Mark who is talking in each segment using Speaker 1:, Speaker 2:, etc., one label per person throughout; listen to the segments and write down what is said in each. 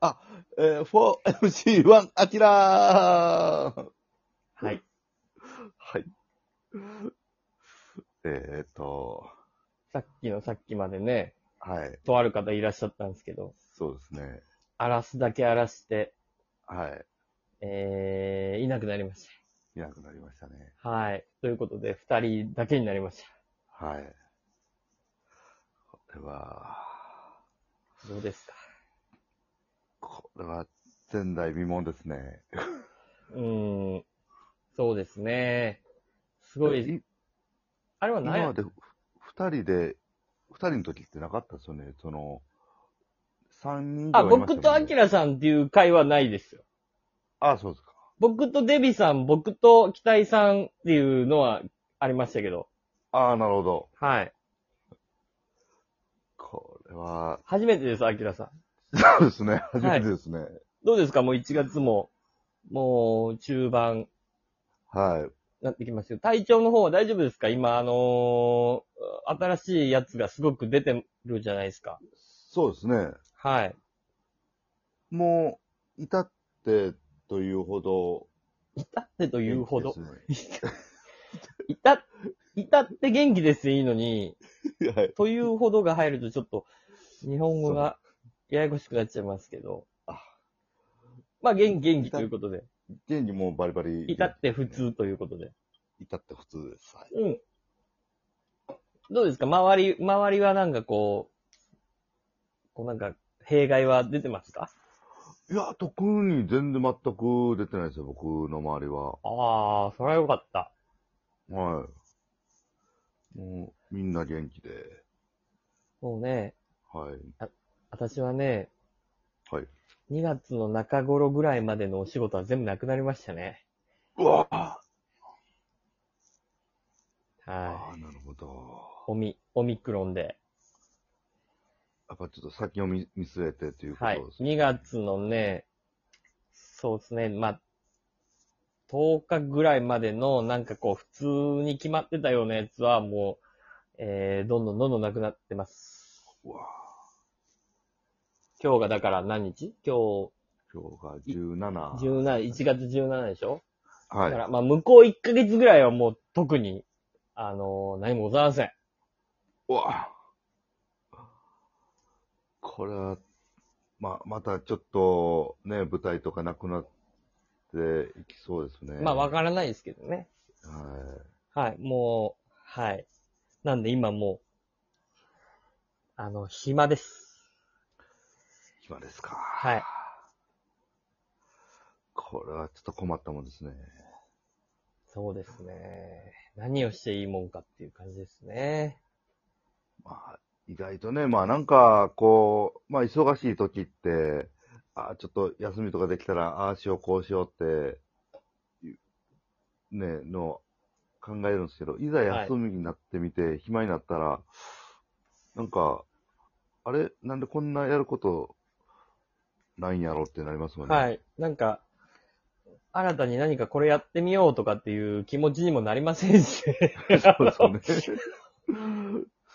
Speaker 1: あ、えー、4MC1 アキラー
Speaker 2: はい。
Speaker 1: はい。えー、っと、
Speaker 2: さっきのさっきまでね、
Speaker 1: はい。
Speaker 2: とある方いらっしゃったんですけど、
Speaker 1: そうですね。
Speaker 2: 荒らすだけ荒らして、
Speaker 1: はい。
Speaker 2: えー、いなくなりまし
Speaker 1: いなくなりましたね。
Speaker 2: た。はい。ということで、二人だけになりまし
Speaker 1: はい。これは、
Speaker 2: た。どうですか
Speaker 1: これは前代未聞ですね。
Speaker 2: うーん。そうですね。すごい、
Speaker 1: い
Speaker 2: あれは何
Speaker 1: 今ま
Speaker 2: や
Speaker 1: で二人で、二人の時ってなかったですよね。その、三人で
Speaker 2: あ、
Speaker 1: はいました
Speaker 2: 僕
Speaker 1: よ
Speaker 2: とア
Speaker 1: ね
Speaker 2: キラさんっていう会はないですよ。
Speaker 1: あ、そうですか。
Speaker 2: 僕とデビさん、僕とキタイさんっていうのはありましたけど、
Speaker 1: ああ、なるほど。
Speaker 2: はい。
Speaker 1: これは、
Speaker 2: 初めてです、アキラさん。
Speaker 1: そうですね。初めてですね。
Speaker 2: どうですかもう1月も、もう中盤
Speaker 1: はい。
Speaker 2: なってきますよ。体調の方は大丈夫ですか今、あのー新しいやつがすごく出てるじゃないですか。
Speaker 1: そうですね。
Speaker 2: はい。
Speaker 1: もう、至ってというほど。
Speaker 2: 至ってというほど。
Speaker 1: 元
Speaker 2: 至っ、至って元気ですよいいのに、
Speaker 1: 気 ですねはい。
Speaker 2: というほどが入るとちょっと、日本語がややこしくなっちゃいますけど
Speaker 1: あ。
Speaker 2: まあ、元気元気ということで。
Speaker 1: 現にもうバリバリ。
Speaker 2: 至って普。通ということで。
Speaker 1: 至って普通です。はい。
Speaker 2: うん。どうですか周り、周りはなんかこう、こうなんか、弊害は出てますか
Speaker 1: いや、特に全然全く出てないですよ、僕の周りは。
Speaker 2: ああ、それはよかった。
Speaker 1: はい。もう、みんな元気で。
Speaker 2: もうね、
Speaker 1: はい。
Speaker 2: 私はね、
Speaker 1: はい。
Speaker 2: 2月の中頃ぐらいまでのお仕事は全部なくなりましたね。
Speaker 1: うわあ
Speaker 2: は
Speaker 1: あー、なるほど
Speaker 2: い。。オミ、オミクロンで。
Speaker 1: やっぱちょっと先を見見据えてということ
Speaker 2: はい
Speaker 1: で。すね
Speaker 2: 2。月のね、そうですね、まあ、10日ぐらいまでの、なんかこう、普通に決まってたようなやつは、もう、えー、どんどんどんどんなくなってます。
Speaker 1: うわあ
Speaker 2: 今日がだから何日今
Speaker 1: 今日が
Speaker 2: 日、
Speaker 1: 17。
Speaker 2: 17、1月17でしょ、
Speaker 1: は
Speaker 2: だか
Speaker 1: い。
Speaker 2: ら、まあ、向こう1ヶ月ぐらいはもう、特に、あのー何もございません。
Speaker 1: うわこれは、ま、またちょっと、ね、舞台とかなくなっていきそうですね。
Speaker 2: まあ、わ
Speaker 1: は
Speaker 2: からないですけどね。はい、もう、はい。なんで今もう、あの、暇です。
Speaker 1: い。暇ですか。
Speaker 2: はい。
Speaker 1: これはちょっと困ったもんですね。
Speaker 2: そうですね。何をしていいもんかっていう感じですね。
Speaker 1: まあ、意外とね、まあなんか、こう、まあ忙しい時って、ああ、ちょっと休みとかできたら、ああしよう、こうしようって、いうね、の、考えるんですけど、いざ休みになってみて、暇になったら、なんか、あれなんでこんなやること、ないんやろってなりますもんね。。
Speaker 2: はいい。なんか、新たに何かこれやってみようとかっていう気持ちにもなりませんし。
Speaker 1: そうですよね。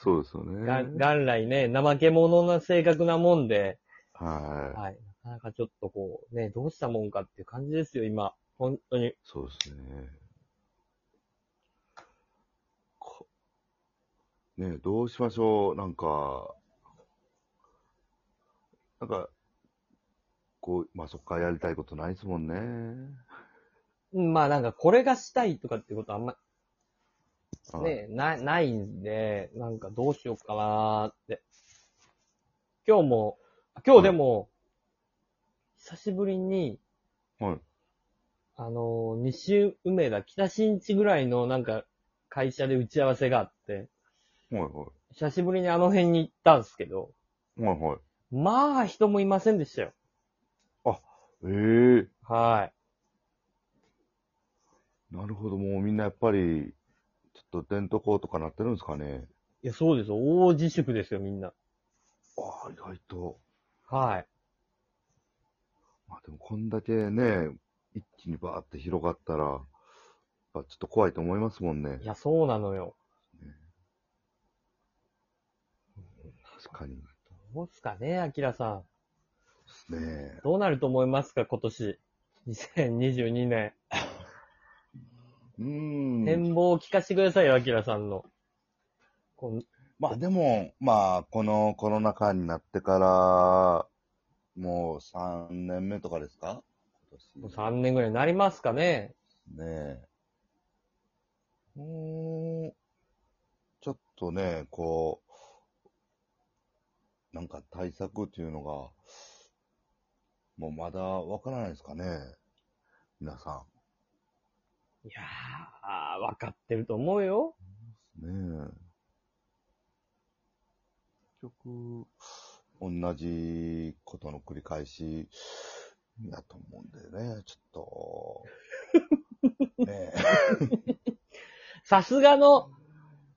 Speaker 1: そうですよ
Speaker 2: が
Speaker 1: ね。
Speaker 2: 元来ね、怠け者な性格なもんで、
Speaker 1: はい。
Speaker 2: はい。なかなかちょっとこう、ね、どうしたもんかっていう感じですよ、今。本当に。
Speaker 1: そうですね。こねえどうしましょうなんか、なんか、こう、まあ、そっからやりたいことないですもんね。
Speaker 2: うんまあなんか、これがしたいとかってことあんま、
Speaker 1: あ
Speaker 2: ね、な、ないんで、なんかどうしようかなーって。今日も、今日でも、久しぶりに、
Speaker 1: はい。
Speaker 2: あのー、西梅田、北新地ぐらいのなんか、会社で打ち合わせがあって、
Speaker 1: はいは
Speaker 2: 久しぶりにあの辺に行ったんですけど、
Speaker 1: い。はいはい。
Speaker 2: まあ人もいませんでしたよ。
Speaker 1: ええ
Speaker 2: はい。
Speaker 1: なるほど。もうみんなやっぱり、ちょっと伝統校とかなってるんですかね。
Speaker 2: いや、そうですよ。大自粛ですよ、みんな。
Speaker 1: ああ、意外と。
Speaker 2: はい。
Speaker 1: まあでもこんだけね、一気にバーって広がったら、やっぱちょっと怖いと思いますもんね
Speaker 2: い。や、そうなのよ。
Speaker 1: 確かに。
Speaker 2: どうっすかね、アキラさん。
Speaker 1: ねえ。
Speaker 2: どうなると思いますか、今年。2022年。
Speaker 1: うーん。
Speaker 2: 展望を聞かせてくださいよ、アキラさんの。こう
Speaker 1: まあでも、まあ、このコロナ禍になってから、もう3年目とかですか今年。
Speaker 2: 3年ぐらいになりますかね。
Speaker 1: ねえ。うーん。ちょっとね、こう、なんか対策っていうのが、もうまだわからないですかね。皆さ
Speaker 2: いやー、わかってると思うよ。
Speaker 1: ん。ねえ。結局、同じことの繰り返しやと思うんでね、ちょっ と。ねえ。
Speaker 2: さすがの、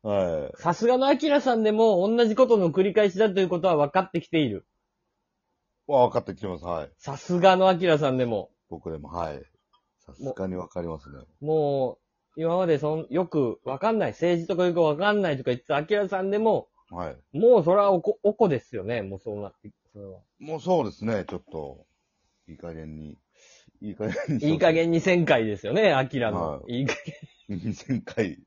Speaker 1: はい。
Speaker 2: さすがのアキラさんでも同じことの繰り返しだということは分かってきている。
Speaker 1: わ分かってきてます。はい。
Speaker 2: さすがのアキラさんでも。
Speaker 1: 僕でも、はい。さすがにわかりますね。
Speaker 2: もう、今までそん、よくわかんない、政治とかよくわかんないとか言ってたアキラさんでも、
Speaker 1: はい。
Speaker 2: もうそれはおこ、おこですよね、もうそうなって、それは。
Speaker 1: もうそうですね、ちょっと、いい加減に、いい加減に。
Speaker 2: いい 加減に1000回ですよね、アキラの
Speaker 1: は。
Speaker 2: いい加減
Speaker 1: 2000回。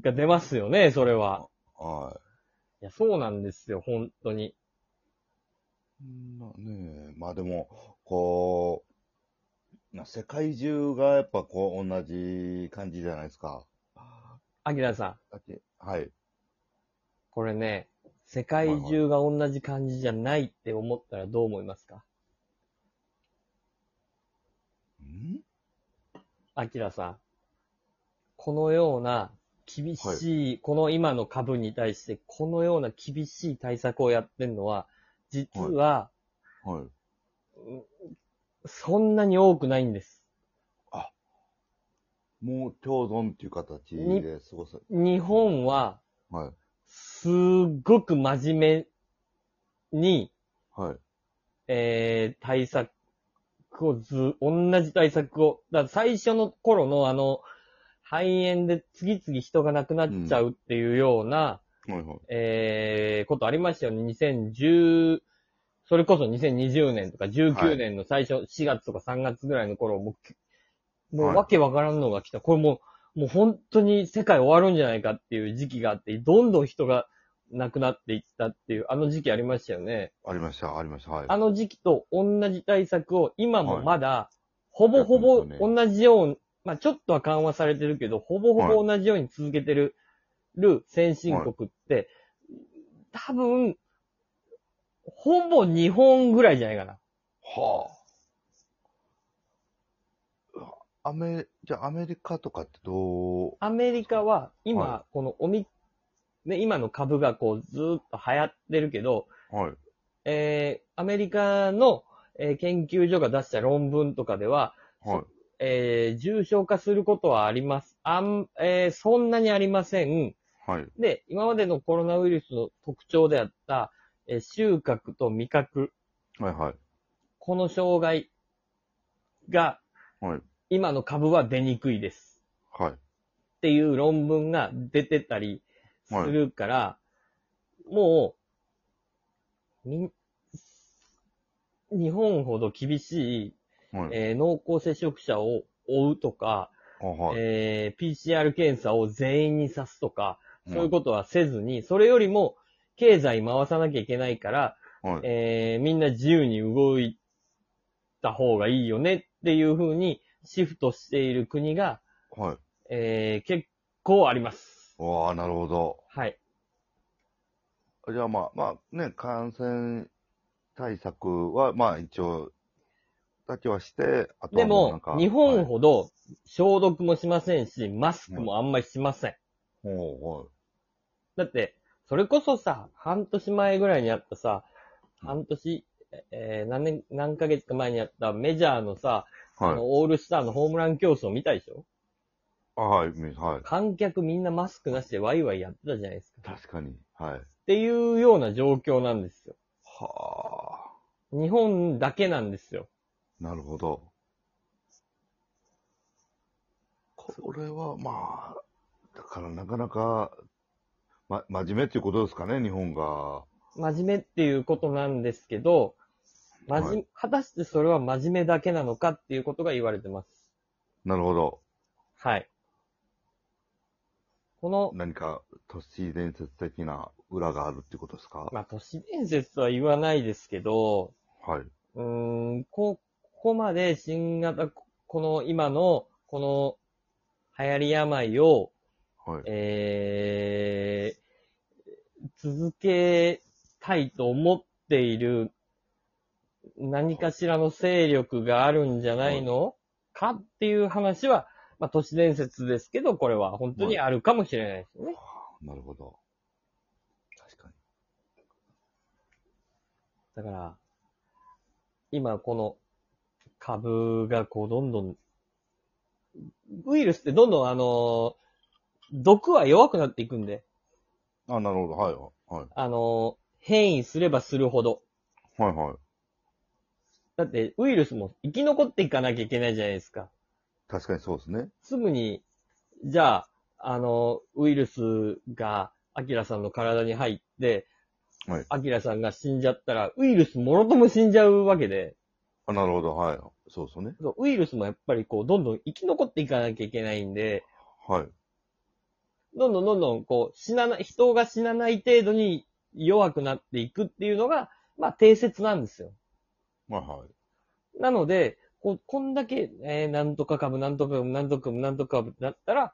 Speaker 2: が出ますよね、それは。
Speaker 1: はい
Speaker 2: や、そうなんですよ、本当に。
Speaker 1: い。まあねえまあでも、こう、な世界中がやっぱこう、同じ感じじゃないですか。
Speaker 2: アキラさん、
Speaker 1: だって、はい。
Speaker 2: これね、世界中が同じ感じじゃないって思ったらどう思いますか
Speaker 1: ん
Speaker 2: アキラさん。このような厳しい、この今の株に対して、このような厳しい対策をやってるのは、実は、
Speaker 1: はい。
Speaker 2: そんなに多くないんです。
Speaker 1: もう共存っていう形
Speaker 2: に
Speaker 1: で過ごす。
Speaker 2: 日本は、
Speaker 1: はい。
Speaker 2: すっごく真面目に、
Speaker 1: はい。
Speaker 2: えー、対策をず、同じ対策を、だから最初の頃のあの、肺炎で次々人が亡くなっちゃうっていうような、
Speaker 1: はいはい。
Speaker 2: えー、ことありましたよね。2010、それこそ2020年とか
Speaker 1: は
Speaker 2: 19
Speaker 1: い
Speaker 2: 年の最初、4月とか3月ぐらいの頃、もう、も
Speaker 1: は
Speaker 2: う
Speaker 1: い
Speaker 2: わけわからんのが来た。これもう、もう本当に世界終わるんじゃないかっていう時期があって、どんどん人が亡くなっていったっていう、あの時期ありましたよね。
Speaker 1: ありました、ありました。はい。
Speaker 2: あの時期と同じ対策を今もまだ、ほぼほ
Speaker 1: や
Speaker 2: ぼ
Speaker 1: ってますよ
Speaker 2: 同じように、まあちょっとは緩和されてるけど、ほぼほぼ同じように続けてる、る先進国って、多分、ほぼ日本ぐらいじゃないかな。
Speaker 1: はあ。アメ、じゃあアメリカとかってどう
Speaker 2: アメリカは今、
Speaker 1: は
Speaker 2: このオミ、ね、今の株がこうずーっと流行ってるけど、
Speaker 1: はい。
Speaker 2: えー、アメリカの、えー研究所が出した論文とかでは、
Speaker 1: はい。
Speaker 2: えー重症化することはあります。あん、えーそんなにありません。
Speaker 1: はい。
Speaker 2: で、今までのコロナウイルスの特徴であった、えー収穫と味覚、
Speaker 1: はいはい。
Speaker 2: この障害が、
Speaker 1: はい。
Speaker 2: 今の株は出にくいです。
Speaker 1: はい。
Speaker 2: っていう論文が出てたりするから、もう、みん、日本ほど厳しい、
Speaker 1: はい。
Speaker 2: えー濃厚接触者を追うとか、
Speaker 1: あはい。
Speaker 2: えー PCR 検査を全員にさすとか、そうい
Speaker 1: と。
Speaker 2: うことはせずに、それよりも経済回さなきゃいけないから、
Speaker 1: はい。
Speaker 2: えーみんな自由に動いた方がいいよねっていう風にシフトしている国が、
Speaker 1: はい。
Speaker 2: えー結構あります。
Speaker 1: ああ、なるほど。
Speaker 2: はい。
Speaker 1: じゃあまあ、まあね、感染対策は、まあ一応、だけはして、あと
Speaker 2: で
Speaker 1: はもうなん
Speaker 2: も
Speaker 1: か。、
Speaker 2: 日本
Speaker 1: はい
Speaker 2: ほど消毒もしませんし、マスクもあんまりしません。
Speaker 1: ほ
Speaker 2: だって、それこそさ、半年前ぐらいにあったさ、
Speaker 1: うん
Speaker 2: 半年、えー何年、何ヶ月か前にあったメジャーのさ、
Speaker 1: うはい。は
Speaker 2: あ
Speaker 1: い。
Speaker 2: のオールスターのホームラン競争見たでしょ
Speaker 1: あはい。みはい。
Speaker 2: 観客みんなマスクなしでワイワイやってたじゃないですか。っ
Speaker 1: 確かに。はい。
Speaker 2: ていうような状況なんですよ。
Speaker 1: はあ。
Speaker 2: 日本だけなんですよ。
Speaker 1: なるほど。これはまあ、だからなかなか、ま、真面目っていうことですかね、日本が。
Speaker 2: 真面目っていうことなんですけど、まじ、
Speaker 1: はい
Speaker 2: 果たしてそれは真面目だけなのかっていうことが言われてます。
Speaker 1: なるほど。
Speaker 2: はい。この、
Speaker 1: 何か都市伝説的な裏があるってことですか、
Speaker 2: まあ、都市伝説とは言わないですけど、
Speaker 1: はい。
Speaker 2: うーん、こ、ここまで新型、この今の、この流行り病を、
Speaker 1: はい。
Speaker 2: えー、続けたいと思っている何かしらの勢力があるんじゃないのかっていう話は、まあ、都市伝説ですけど、これは本当にあるかもしれないですね。
Speaker 1: なるほど。確かに。
Speaker 2: だから、今この株がこうどんどん、ウイルスってどんどんあの、毒は弱くなっていくんで、
Speaker 1: あ、なるほど。はい。はい。
Speaker 2: あの、変異すればするほど。
Speaker 1: はいはい。
Speaker 2: だって、ウイルスも生き残っていかなきゃいけないじゃないですか。
Speaker 1: 確かにそうですね。
Speaker 2: すぐに、じゃあ、あの、ウイルスが、アキラさんの体に入って、
Speaker 1: はい
Speaker 2: アキラさんが死んじゃったら、ウイルスもろとも死んじゃうわけで、
Speaker 1: あ、なるほど。はい。そうですね。
Speaker 2: そうウイルスもやっぱりこう、どんどん生き残っていかなきゃいけないんで、
Speaker 1: はい。
Speaker 2: どんどんどんどんこう、死なない、人が死なない程度に弱くなっていくっていうのが、まあ、定説なんですよ。
Speaker 1: はいはい。
Speaker 2: なので、こうこんだけ、えー、なんとか株、なんとか株、なんとか株、なんとか株だったら、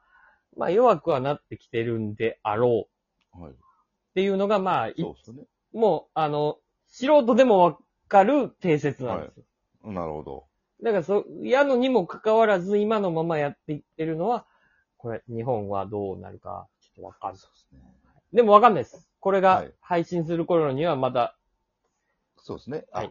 Speaker 2: まあ弱くはなってきてるんであろう
Speaker 1: はい。
Speaker 2: っていうのが、まあ、い
Speaker 1: そうですね。
Speaker 2: もう、あの、素人でもわかる定説なんですよ。
Speaker 1: なるほど。
Speaker 2: だからそ、やのにもかかわらず、今のままやっていってるのは、これ、日本はどうなるか、ちょっとわかんない。
Speaker 1: そうですね。
Speaker 2: でもわかんないです。これ
Speaker 1: は
Speaker 2: が
Speaker 1: い
Speaker 2: 配信する頃にはまだ
Speaker 1: そうですね。
Speaker 2: は
Speaker 1: あ
Speaker 2: い、